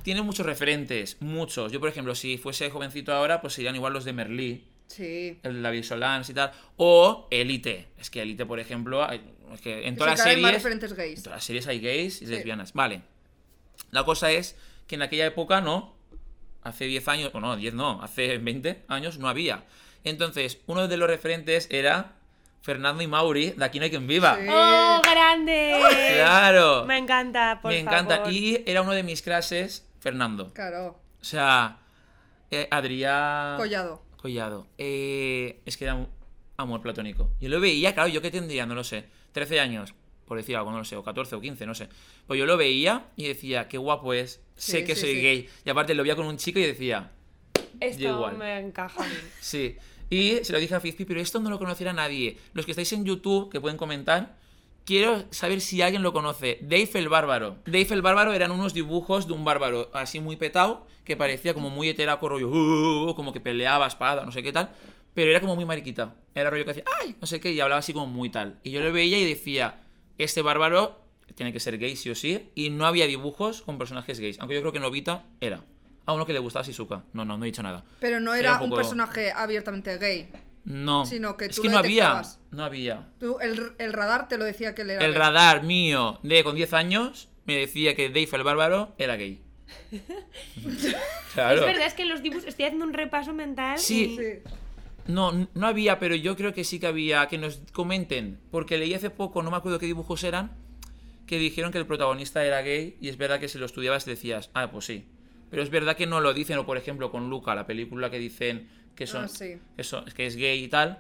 tiene muchos referentes, muchos. Yo, por ejemplo, si fuese jovencito ahora, pues serían igual los de Merlí, Sí. el David Solans y tal, o Elite. Es que Elite, por ejemplo, hay- es que en todas Se las caen más series, referentes en gays. todas las series hay gays y lesbianas. Vale. La cosa es que en aquella época no, hace 10 años, o no, 10 no, hace 20 años no había. Entonces, uno de los referentes era Fernando y Mauri, de Aquí no hay quien viva. Sí. ¡Oh, grande! Claro. Me encanta, por Me encanta. favor. Y era uno de mis clases, Fernando. Claro. O sea, eh, Adrián. Collado. Collado. Eh, es que era un amor platónico. Yo lo veía, claro, yo qué tendría, no lo sé. 13 años, por decir algo, no lo sé, o 14 o 15, no sé. Pues yo lo veía y decía, qué guapo es, sé Sí, que sí, soy sí. gay. Y aparte lo veía con un chico y decía, Esto Yo igual. me encaja. a mí. Sí. Y se lo dije a Fizpi, pero esto no lo conocerá nadie. Los que estáis en YouTube, que pueden comentar, Quiero saber si alguien lo conoce. Dave el Bárbaro. Dave el Bárbaro eran unos dibujos de un bárbaro así muy petado, que parecía como muy heteraco, rollo, "Uh", como que peleaba espada, no sé qué tal. Pero era como muy mariquita. Era rollo que hacía, ¡ay! No sé qué, y hablaba así como muy tal. Y yo lo veía y decía, este bárbaro tiene que ser gay sí o sí. Y no había dibujos con personajes gays. Aunque yo creo que Novita era. A uno que le gustaba Shizuka. No, no, no he dicho nada. Pero no era, un un poco- personaje abiertamente gay. No. sino que es tú que lo no había. detectabas. No había. Tú, el, el radar te lo decía que le era El gay. radar mío de con 10 años me decía que Dave el Bárbaro era gay. claro. Es verdad, es que los dibujos. Estoy haciendo un repaso mental. Sí. y- Sí. No, n- no había, pero yo creo que sí que había. Que nos comenten. Porque leí hace poco, no me acuerdo qué dibujos eran, que dijeron que el protagonista era gay. Y es verdad que si lo estudiabas decías, ah, pues sí. Pero es verdad que no lo dicen, o por ejemplo con Luca, la película que dicen que, son, Ah, sí. que, son- que es gay y tal.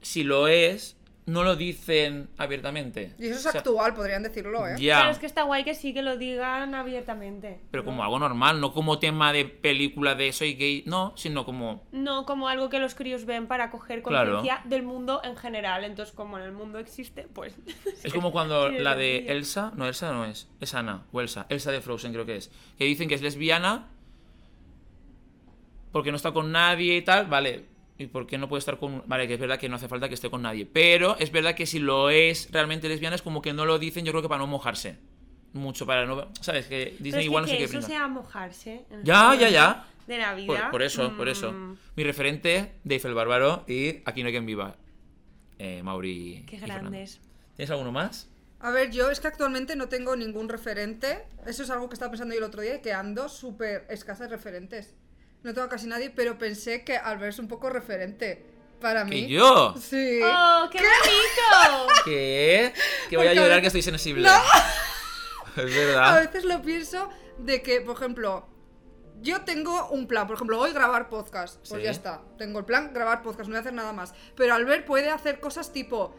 Si lo es, no lo dicen abiertamente. Y eso es O sea, actual, podrían decirlo, ¿eh? Ya. Claro, es que está guay que sí que lo digan abiertamente. Pero como algo normal, no como tema de película de soy gay, no, sino como... No como algo que los críos ven para coger Claro. conciencia del mundo en general. Entonces, como en el mundo existe, pues. Es como cuando Sí, la lo de pillo. Elsa, no, Elsa no es, es Ana, o Elsa, Elsa de Frozen creo que es, que dicen que es lesbiana porque no está con nadie y tal, vale, y porque no puede estar con... Vale, que es verdad que no hace falta que esté con nadie, pero es verdad que si lo es realmente lesbiana es como que no lo dicen, yo creo que para no mojarse. Mucho para no... ¿Sabes? Que Pero Disney es igual no sé que, que qué eso piensa. sea mojarse. en el Ya, momento ya, ya. De la Por, vida. por eso, por eso. mm, Mi referente, Dave el Bárbaro y Aquí no hay quien viva. Eh, Mauri. Qué y Fernando. grandes. ¿Tienes alguno más? A ver, yo es que actualmente no tengo ningún referente. Eso es algo que estaba pensando yo el otro día y que ando súper escasa de referentes. No tengo casi nadie, pero pensé que Albert es un poco referente para mí. ¿Que yo? Sí. ¡Oh, qué bonito! ¿Qué? Que voy a Porque llorar ahora- que estoy sensible. Es A verdad. veces lo pienso de que, por ejemplo, yo tengo un plan, por ejemplo, hoy grabar podcast, pues Sí. ya está, tengo el plan grabar podcast, no voy a hacer nada más, pero Albert puede hacer cosas tipo,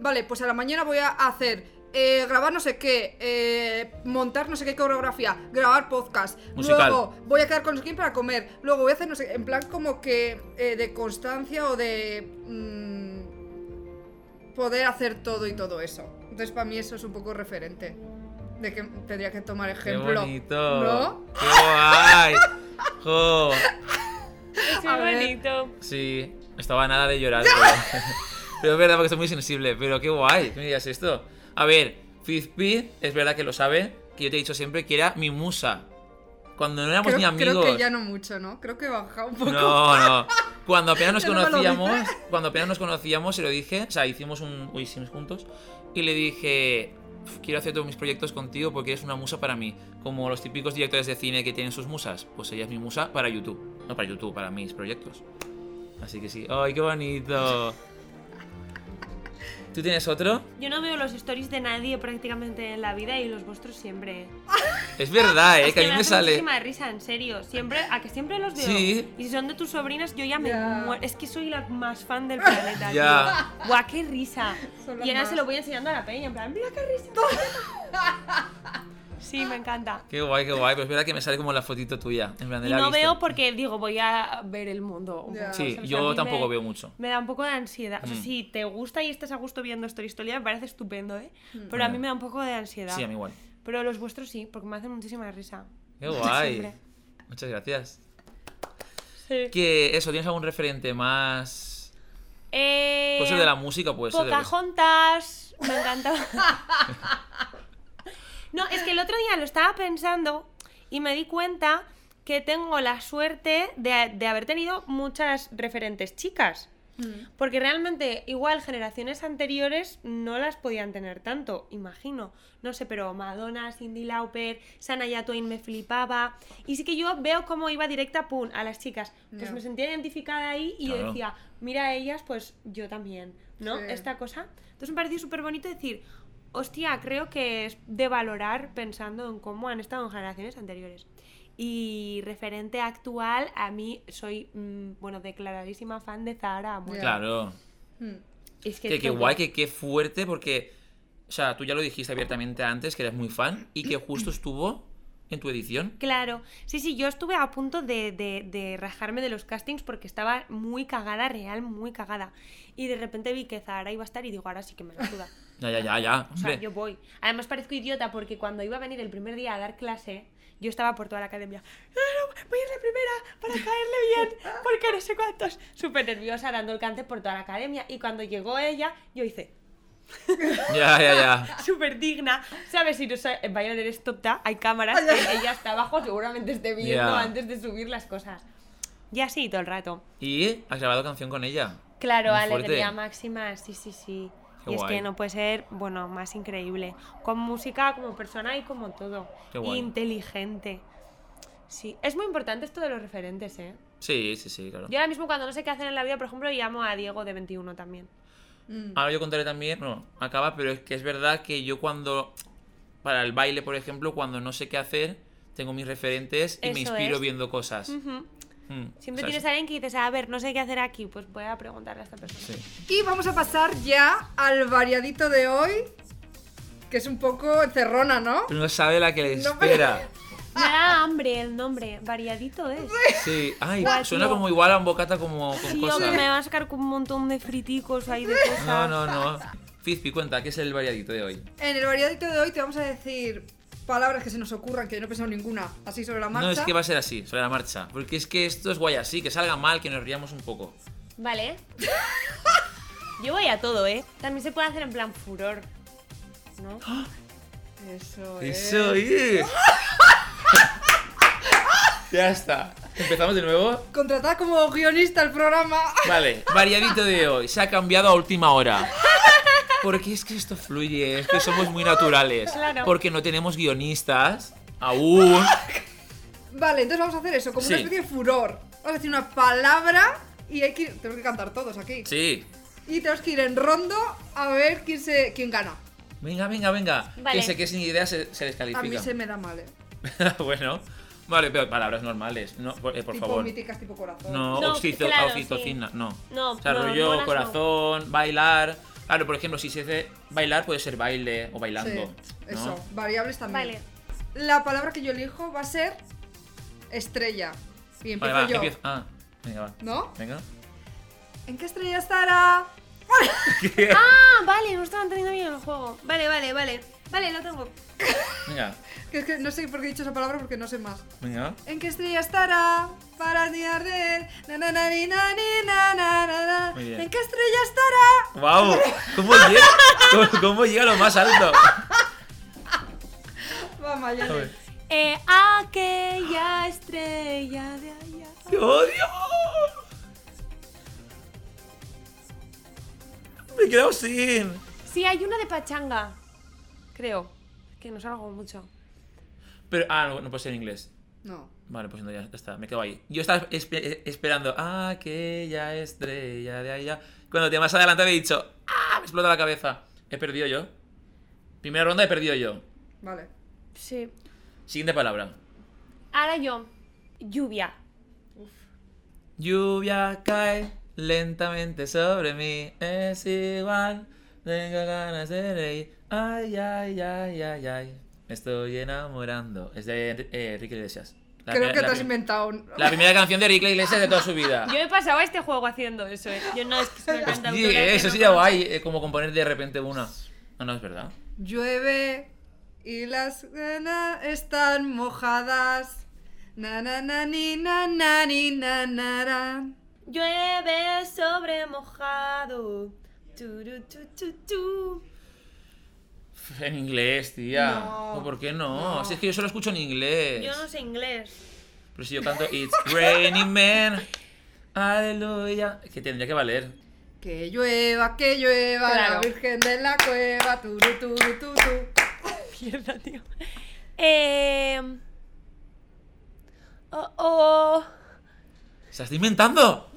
vale, pues a la mañana voy a hacer eh, grabar no sé qué, eh, montar no sé qué coreografía, grabar podcast, Musical. luego voy a quedar con quién para comer, luego voy a hacer no sé, en plan como que eh, de constancia o de... mm, poder hacer todo y todo eso. Entonces para mí eso es un poco referente. De que tendría que tomar Qué ejemplo. bonito. ¿No? Qué guay. Jo. Es A muy ver. bonito. Sí. Estaba nada de llorar. Pero, pero es verdad porque estoy muy sensible. Pero qué guay. ¿Qué me digas esto? A ver, Fizpi, es verdad que lo sabe. Que yo te he dicho siempre que era mi musa. Cuando no éramos Creo, ni creo amigos. que ya no mucho, ¿no? Creo que he bajado un poco. No, no. Cuando apenas nos Ya no me lo conocíamos, cuando apenas nos conocíamos, se lo dije, o sea, hicimos un uy, hicimos juntos y le dije, "Uf, quiero hacer todos mis proyectos contigo porque eres una musa para mí, como los típicos directores de cine que tienen sus musas, pues ella es mi musa para YouTube, no para YouTube, para mis proyectos. Así que sí. Ay, qué bonito. ¿Tú tienes otro? Yo no veo los stories de nadie prácticamente en la vida y los vuestros siempre. Es verdad, eh, Es que a mí me hace sale. muchísima risa, en serio. Siempre, a que siempre los veo. Sí. Y si son de tus sobrinas, yo ya me Ya. muero. Es que soy la más fan del planeta. Ya. tío. Guau, qué risa. Son las Y ahora más. se lo voy enseñando a la peña. En plan, mira qué risa. sí, me encanta. Qué guay, qué guay, pero es verdad que me sale como la fotito tuya, en plan de Y la no vista. veo porque digo, voy a ver el mundo. un Ya. poco, Sí, ¿sabes? A yo mí tampoco me- veo mucho. Me da un poco de ansiedad. O sea, Mm. si te gusta y estás a gusto viendo Story Historia, me parece estupendo, ¿eh? Pero a Ya. mí me da un poco de ansiedad. Sí, a mí igual. Pero los vuestros sí, porque me hacen muchísima risa. Qué guay. Siempre. Muchas gracias. Sí. Que eso, ¿tienes algún referente más? Eh, Puede ser Pues de la música, puede ser de lo que- Pocahontas. Me encantaba. no, es que el otro día lo estaba pensando y me di cuenta que tengo la suerte de, de haber tenido muchas referentes chicas. Porque realmente, igual generaciones anteriores no las podían tener tanto, imagino. No sé, pero Madonna, Cindy Lauper, Sanaya Twain me flipaba. Y sí que yo veo cómo iba directa, pum, a las chicas. Pues Ya. me sentía identificada ahí y yo Claro. decía, mira ellas, pues yo también, ¿no? Sí. Esta cosa. Entonces me pareció súper bonito decir, hostia, creo que es de valorar pensando en cómo han estado en generaciones anteriores. Y referente actual, a mí soy, mm, bueno, declaradísima fan de Zahara Amor. Ya. Claro. Mm. Es que Que, que todo. guay, que qué fuerte, porque. O sea, tú ya lo dijiste abiertamente antes, que eres muy fan, y que justo estuvo en tu edición. Claro, sí, sí, yo estuve a punto de, de- de rajarme de los castings porque estaba muy cagada, real, muy cagada. Y de repente vi que Zahara iba a estar y digo, ahora sí que me la suda. Ya, ya, ya, ya. O sea, hombre. yo voy. Además parezco idiota porque cuando iba a venir el primer día a dar clase, yo estaba por toda la academia. "Ah, no, voy a ir la primera para caerle bien, porque no sé cuántos. Súper nerviosa dando el cante por toda la academia. Y cuando llegó ella, yo hice, Ya, ya, ya. súper digna. ¿Sabes? Si no sabes, en Bayern eres tonta, hay cámaras, eh, ella está abajo, seguramente esté viendo Ya. antes de subir las cosas. Y así todo el rato. Y has grabado canción con ella. Claro, Muy alegría fuerte. máxima, sí, sí, sí. Qué y es guay. que no puede ser, bueno, más increíble. Con música, como persona y como todo. Qué guay. Inteligente. Sí, es muy importante esto de los referentes, ¿eh? Sí, sí, sí, claro. Yo ahora mismo cuando no sé qué hacer en la vida, por ejemplo, llamo a Diego de 21 también. Ahora yo contaré también, no, acaba, pero es que es verdad que yo cuando, para el baile, por ejemplo, cuando no sé qué hacer, tengo mis referentes y me Eso inspiro es. viendo cosas. Ujú. Mm, Siempre o sea, tienes a alguien que dices, a ver, no sé qué hacer aquí, pues voy a preguntarle a esta persona. sí. Y vamos a pasar ya al variadito de hoy, que es un poco cerrona, ¿no? Uno sabe la que le No, pero- espera. Me da hambre el nombre, variadito es. Sí. Ay, Guau, suena tío. como igual a un bocata como con Tío, cosas. que me van a sacar con un montón de friticos ahí de cosas. No, no, no. Fizpi, cuenta, ¿qué es el variadito de hoy? En el variadito de hoy te vamos a decir palabras que se nos ocurran, que yo no he pensado ninguna, así sobre la marcha. No es que va a ser así, sobre la marcha. Porque es que esto es guay así, que salga mal, que nos riamos un poco. Vale. Yo voy a todo, ¿eh? También se puede hacer en plan furor. ¿No? Eso es. Eso es. ya está. Empezamos de nuevo. Contratad como guionista el programa. Vale, variadito de hoy. Se ha cambiado a última hora. Porque es que esto fluye, es que somos muy naturales. Claro. Porque no tenemos guionistas aún. Vale, entonces vamos a hacer eso, como una Sí. especie de furor. Vamos a decir una palabra y hay que ir- tenemos que cantar todos aquí. Sí. Y tenemos que ir en rondo a ver quién se quién gana. Venga, venga, venga. Vale. Que se que sin idea se, se A mí descalifica. se me da mal, eh. bueno. Vale, pero palabras normales. No, por, eh, por tipo favor. míticas, tipo corazón. No, No, oxito- claro, oxitocina, no. No, O sea, no, rollo, molas no. corazón, bailar. Claro, por ejemplo, si se dice bailar, puede ser baile o Sí, bailando. ¿no? Eso, variables también. Vale. La palabra que yo elijo va a ser estrella. Y empiezo Vale, va, yo. empiezo. Ah, venga, va. ¿No? Venga. ¿En qué estrella estará? Ah, vale, no estaban teniendo bien el juego. Vale, vale, vale. Vale, lo tengo. Venga, Que es que no sé por qué he dicho esa palabra porque no sé más. venga. ¿En qué estrella estará? Para ni arder. Na, na, na, ni, na, ni, na, na, na, na. Muy bien. ¿En qué estrella estará? ¡Wow! ¿Cómo llega? ¿Cómo, cómo llega lo más alto? Vamos, ya A ver. Eh, aquella estrella de allá. ¡Te odio! Me he quedado sin. Sí, hay una de pachanga. Creo. Que no salgo mucho. Pero, ah, no, no puede ser en inglés. No. Vale, pues no, ya está, me quedo ahí. Yo estaba espe- eh, esperando aquella estrella de allá. Cuando te más adelante había dicho, ¡ah! Me explota la cabeza. He perdido yo. Primera ronda he perdido yo. Vale. Sí. Siguiente palabra. Ahora yo. Lluvia. Lluvia cae lentamente sobre mí, es igual. Tengo ganas de reír. Ay, ay, ay, ay, ay. Me estoy enamorando. Es de Enri- eh, Enrique Iglesias. La Creo pri- que la te has pri- inventado. un- La primera canción de Enrique Iglesias de toda su vida. Yo me pasaba este juego haciendo eso, ¿eh? Yo no es que soy una Pues, cantautora sí, que eso no sí ya conozco. guay, eh, como componer de repente una. No, no, es verdad. Llueve y las na, están mojadas. Na na na ni na na ni na na ra. Llueve sobre mojado. Turu, tu, tu, tu. Pf, En inglés, tía. No. No, ¿Por qué no? Si es que yo solo escucho en inglés. Yo no sé inglés. Pero si yo canto It's raining men, aleluya. Es que tendría que valer. Que llueva, que llueva, la Claro. virgen de la cueva, turu, turu, tu, tu. Mierda, tío. Eh... Oh, oh. ¡Se la está inventando!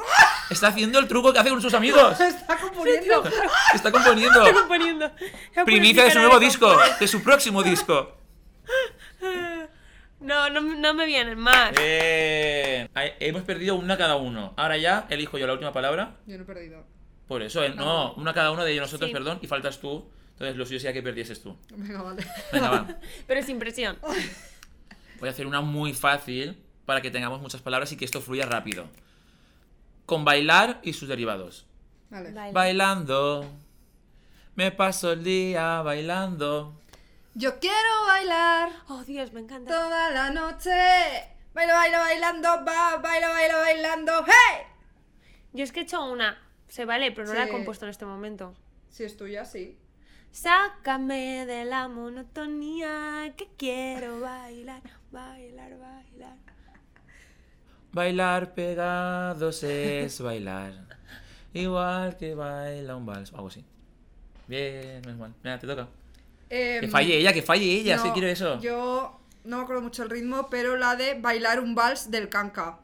Está haciendo el truco que hace con sus amigos. Está componiendo. Está componiendo. Estoy componiendo. Voy a poner mi Primicia de su cara nuevo de disco, compo- de su próximo disco. No, no, no me vienen más. Eh. Bien. Ahí- Eh, Hemos perdido una cada uno. Ahora ya elijo yo la última palabra. Yo no he perdido. Por eso, eh, no, una cada uno de nosotros, Sí. perdón, y faltas tú. Entonces, lo suyo sería que perdieses tú. Venga, vale. Venga, va. Pero sin presión. Voy a hacer una muy fácil para que tengamos muchas palabras y que esto fluya rápido. Con bailar y sus derivados. Vale. Vale. Bailando. Me paso el día bailando. Yo quiero bailar Oh, Dios, me encanta. toda la noche. Bailo, bailo, bailando, va, bailo, bailo, bailando, ¡hey! Yo es que he hecho una. Se vale, pero no la he Sí. compuesto en este momento. Si es tuya, sí. Sácame de la monotonía que quiero bailar, bailar, bailar. Bailar pegados es bailar. Igual que baila un vals. o Algo así. Bien, menos mal. Mira, te toca. Em, Que falle ella, que falle ella, no, si quiero eso. Yo no me acuerdo mucho el ritmo, pero la de bailar un vals del canca.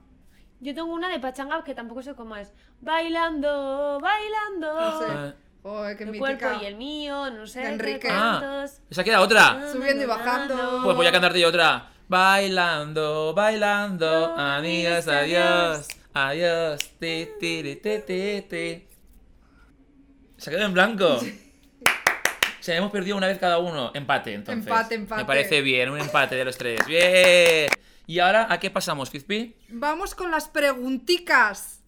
Yo tengo una de pachanga que tampoco sé cómo es. Bailando, bailando. No sé. Ah. Joder, qué Tu mítica. cuerpo y el mío, no sé. De qué Enrique. Ah, tantos. esa queda otra. Subiendo y bajando. Pues voy a cantarte yo otra. Bailando, bailando, amigas, adiós, adiós, ti, ti, ri, ti, ti, ti. Se ha quedado en blanco. Se hemos perdido una vez cada uno. Empate, entonces. Empate, empate. Me parece bien, un empate de los tres. Bien. ¿Y ahora a qué pasamos, Fizpi? Vamos con las pregunticas.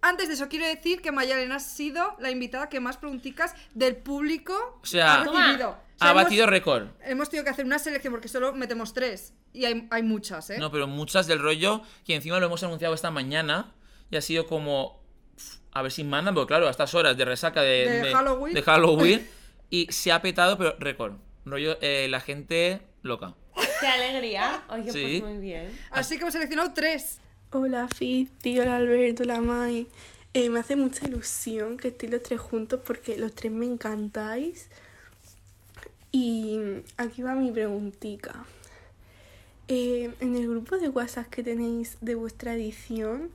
Antes de eso, quiero decir que Mayalen ha sido la invitada que más pregunticas del público O sea, ha Toma. recibido. O sea, Ha hemos- batido récord. Hemos tenido que hacer una selección porque solo metemos tres. Y hay, hay muchas, ¿eh? No, pero muchas del rollo que encima lo hemos anunciado esta mañana y ha sido como pf, a ver si mandan, porque claro, a estas horas de resaca de, De Halloween. de Halloween, y se ha petado, pero récord. Rollo, eh, la gente loca. Qué alegría. Oye, Sí. pues muy bien. Así que hemos seleccionado tres. Hola Fiti, hola Alberto, hola Mai. Eh, me hace mucha ilusión que estéis los tres juntos porque los tres me encantáis. Y aquí va mi preguntica. Eh, en el grupo de WhatsApp que tenéis de vuestra edición,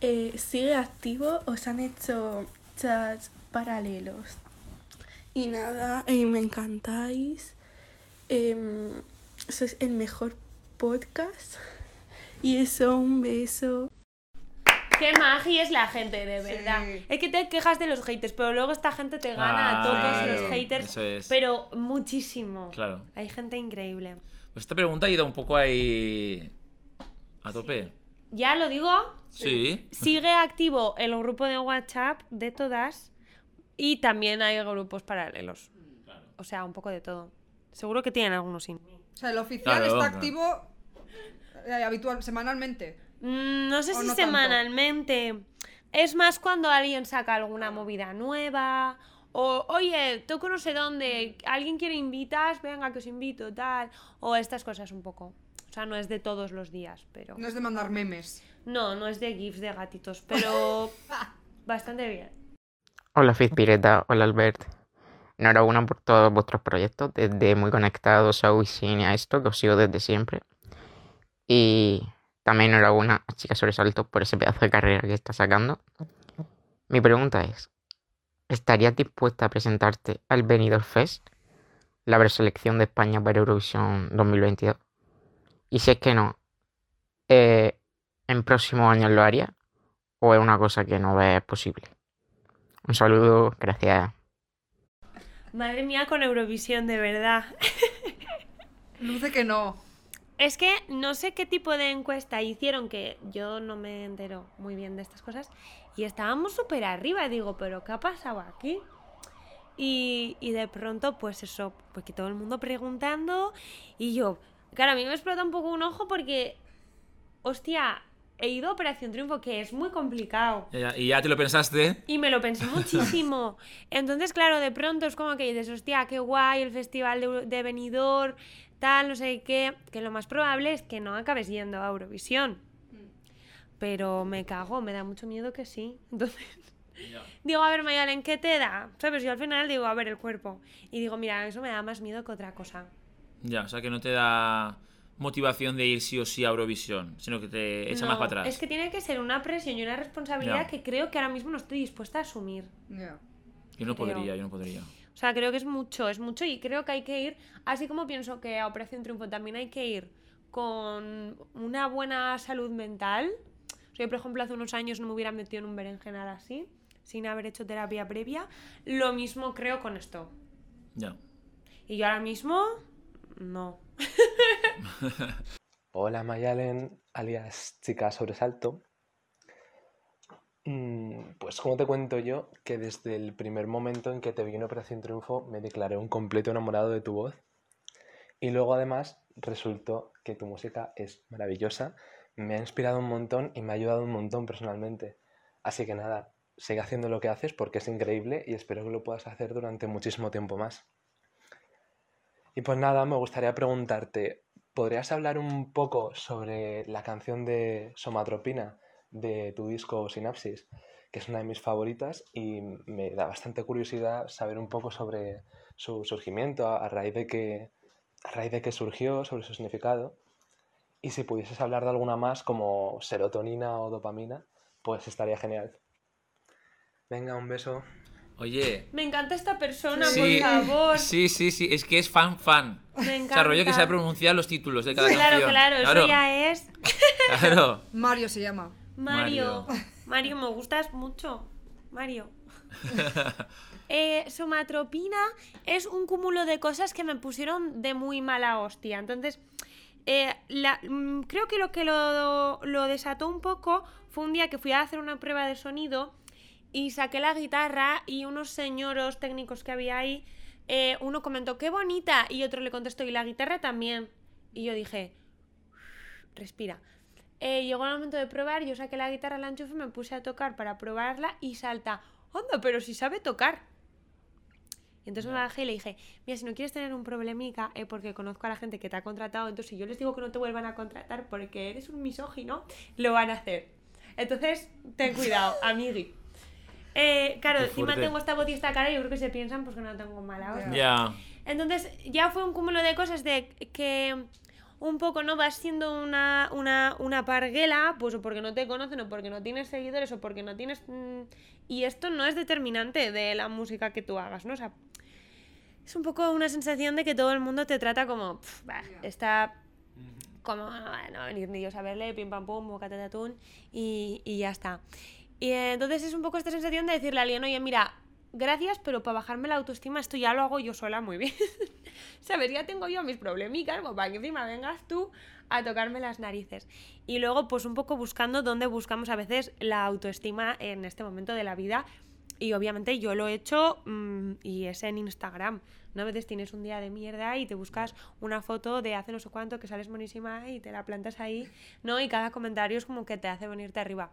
eh, ¿sigue activo? ¿Os han hecho chats paralelos? Y nada, eh, me encantáis. Em, sois el mejor podcast. Y eso, un beso. Qué magia es la gente, de verdad. Sí. Es que te quejas de los haters, pero luego esta gente te gana a todos Claro, los haters. eso es. Pero muchísimo. Claro. Hay gente increíble. Pues esta pregunta ha ido un poco ahí. a tope. Ya lo digo, Sí. sigue activo el grupo de WhatsApp de todas y también hay grupos paralelos. O sea, un poco de todo. Seguro que tienen algunos sin. O sea, el oficial Claro, está claro. activo eh, habitual, semanalmente. Mm, No sé O si no tanto. semanalmente. Es más cuando alguien saca alguna movida nueva. O, oye, toco no sé dónde. ¿Alguien quiere invitas? Venga, que os invito, tal. O estas cosas un poco. O sea, no es de todos los días, pero. No es de mandar memes. No, no es de GIFs de gatitos, pero. bastante bien. Hola Fizpireta, hola Albert. Enhorabuena por todos vuestros proyectos, desde muy conectados a Wixin y a esto, que os sigo desde siempre. Y también enhorabuena a Chicas Sobresalto por ese pedazo de carrera que está sacando. Mi pregunta es, ¿estarías dispuesta a presentarte al Benidorm Fest, la preselección de España para Eurovisión 2022? Y si es que no, eh, ¿en próximos años lo harías o es una cosa que no ves posible? Un saludo, gracias. Madre mía, con Eurovisión, de verdad. Luce que no. Es que no sé qué tipo de encuesta hicieron, que yo no me entero muy bien de estas cosas, y estábamos súper arriba, digo, pero ¿qué ha pasado aquí? Y, y de pronto, pues eso, porque todo el mundo preguntando, y yo, claro, a mí me explota un poco un ojo porque, hostia, he ido a Operación Triunfo, que es muy complicado. Ya, ya, Y ya te lo pensaste. Y me lo pensé muchísimo. Entonces, claro, de pronto es como que dices, hostia, qué guay el festival de, Eu- de Benidorm, tal, no sé qué. Que lo más probable es que no acabes yendo a Eurovisión. Mm. Pero me cago, me da mucho miedo que sí. Entonces, digo, a ver, Mayalen, ¿qué te da? ¿Sabes? Yo al final digo, a ver, el cuerpo. Y digo, mira, eso me da más miedo que otra cosa. Ya, o sea que no te da motivación de ir sí o sí a Eurovisión, sino que te echa más No, para atrás. Es que tiene que ser una presión y una responsabilidad Ya. que creo que ahora mismo no estoy dispuesta a asumir. Ya. Yo no creo. podría, yo no podría. O sea, creo que es mucho, es mucho y creo que hay que ir, así como pienso que a Operación Triunfo también hay que ir con una buena salud mental. O sea, yo, por ejemplo, hace unos años no me hubiera metido en un berenjenal así, sin haber hecho terapia previa. Lo mismo creo con esto. Ya. Y yo ahora mismo, no. Hola Mayalen, alias chica sobresalto. Mm, Pues como te cuento yo, que desde el primer momento en que te vi en Operación Triunfo me declaré un completo enamorado de tu voz. Y luego además resultó que tu música es maravillosa, me ha inspirado un montón y me ha ayudado un montón personalmente. Así que nada, sigue haciendo lo que haces porque es increíble y espero que lo puedas hacer durante muchísimo tiempo más. Y pues nada, me gustaría preguntarte, ¿podrías hablar un poco sobre la canción de Somatropina de tu disco Sinapsis? que es una de mis favoritas y me da bastante curiosidad saber un poco sobre su surgimiento, a a raíz de que, a raíz de que surgió, sobre su significado. Y si pudieses hablar de alguna más como serotonina o dopamina, pues estaría genial. Venga, un beso. Oye. Me encanta esta persona, Sí, por favor. sí, sí, sí, es que es fan fan. Me O sea, rollo que encanta. sabe pronunciar los títulos de cada Claro, canción. claro, eso ya es. Claro. Mario se llama. Mario. Mario. Mario, me gustas mucho. Mario. Eh, somatropina es un cúmulo de cosas que me pusieron de muy mala hostia. Entonces, eh, la- mm, creo que lo que lo, lo desató un poco fue un día que fui a hacer una prueba de sonido y saqué la guitarra y unos señoros técnicos que había ahí, eh, uno comentó, qué bonita, y otro le contestó, y la guitarra también. Y yo dije, respira. Eh, llegó el momento de probar, yo saqué la guitarra, la enchufe, me puse a tocar para probarla y salta, ¡Onda, pero si sabe tocar! Y entonces me bajé y le dije, mira, si no quieres tener un problemica, eh, porque conozco a la gente que te ha contratado, entonces si yo les digo que no te vuelvan a contratar porque eres un misógino, lo van a hacer. Entonces, ten cuidado, amigui. Eh, claro, Qué encima fuerte. tengo esta voz y esta cara y yo creo que se piensan pues que no tengo mala hostia. Ya. Entonces ya fue un cúmulo de cosas de que un poco no vas siendo una, una, una parguela, pues o porque no te conocen o porque no tienes seguidores o porque no tienes... mm, Y esto no es determinante de la música que tú hagas, ¿no? O sea, es un poco una sensación de que todo el mundo te trata como... "Pf, bah, está... Como "Ah, no va a venir ni Dios a verle, pim pam pum, bocata de atún", y, y ya está. Y eh, entonces es un poco esta sensación de decirle a alguien, oye, mira, gracias, pero para bajarme la autoestima esto ya lo hago yo sola muy bien. ¿Sabes? Ya tengo yo mis problemicas, como para que encima vengas tú a tocarme las narices. Y luego, pues un poco buscando dónde buscamos a veces la autoestima en este momento de la vida. Y obviamente yo lo he hecho mm, y es en Instagram. No a veces tienes un día de mierda y te buscas una foto de hace no sé cuánto que sales buenísima y te la plantas ahí, ¿no? Y cada comentario es como que te hace venirte arriba.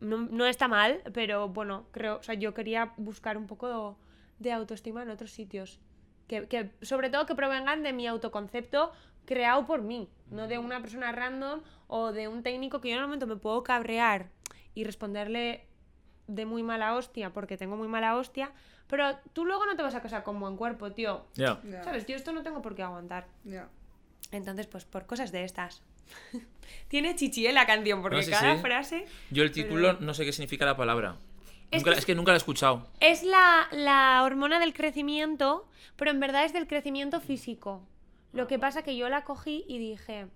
No, no está mal, pero bueno, creo, o sea, yo quería buscar un poco de autoestima en otros sitios. Que, que, sobre todo que provengan de mi autoconcepto creado por mí, no de una persona random o de un técnico que yo en el momento me puedo cabrear y responderle de muy mala hostia porque tengo muy mala hostia, pero tú luego no te vas a casar con buen cuerpo, tío. Ya. Ya, ¿Sabes? Yo esto no tengo por qué aguantar. ya. Entonces, pues por cosas de estas. Tiene chichi en la canción porque No, sí, cada sí. frase Yo el título no sé qué significa la palabra. Es Nunca- que- es que nunca la he escuchado. Es la, la hormona del crecimiento, pero en verdad es del crecimiento físico. Lo que pasa que yo la cogí y dije,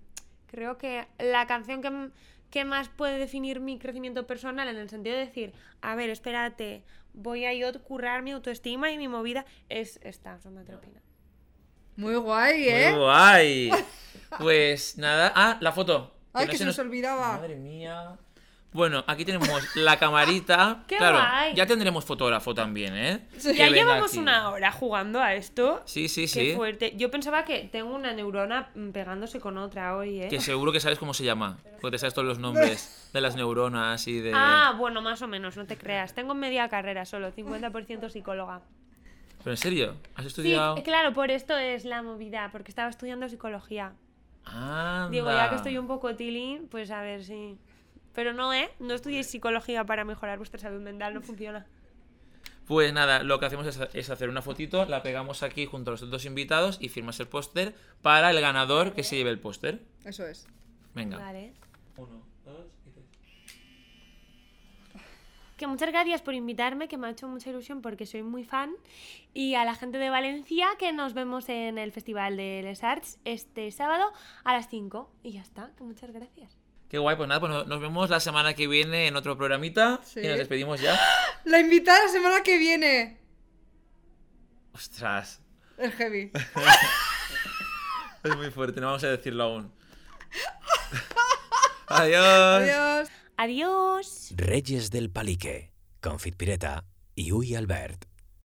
creo que la canción que, m- que más puede definir mi crecimiento personal en el sentido de decir, a ver, espérate, voy a yo currar mi autoestima y mi movida, es esta, somatropina. Muy guay, ¿eh? Muy guay. Pues nada. Ah, la foto. Ay, que se nos olvidaba. Madre mía. Bueno, aquí tenemos la camarita. ¡Qué claro, guay! ya tendremos fotógrafo también, ¿eh? Que Ya venga llevamos aquí. una hora jugando a esto. Sí, sí, Qué sí. fuerte. Yo pensaba que tengo una neurona mm, pegándose con otra hoy, ¿eh? Que seguro que sabes cómo se llama. Porque te sabes todos los nombres de las neuronas y de. Ah, bueno, más o menos, no te creas. Tengo media carrera solo, 50% psicóloga. Pero en serio, ¿has Sí, estudiado? claro, por esto es la movida, porque estaba estudiando psicología. Anda. Digo, ya que estoy un poco tilín, pues a ver si... Pero no, ¿eh? No estudiéis psicología para mejorar vuestra salud mental, no funciona. Pues nada, lo que hacemos es, es hacer una fotito, la pegamos aquí junto a los dos invitados y firmas el póster para el ganador que se lleve el póster. Eso es. Venga. Vale. Uno, dos y tres. Que muchas gracias por invitarme, que me ha hecho mucha ilusión porque soy muy fan. Y a la gente de Valencia, que nos vemos en el Festival de Les Arts este sábado a las 5. Y ya está, que muchas gracias. Qué guay, pues nada, pues no- nos vemos la semana que viene en otro programita Sí. y nos despedimos ya. La invitada la semana que viene. Ostras, El heavy. es muy fuerte, no vamos a decirlo aún. Adiós. Adiós. Adiós. Reyes del Palique, Confit Pireta y Uy Albert.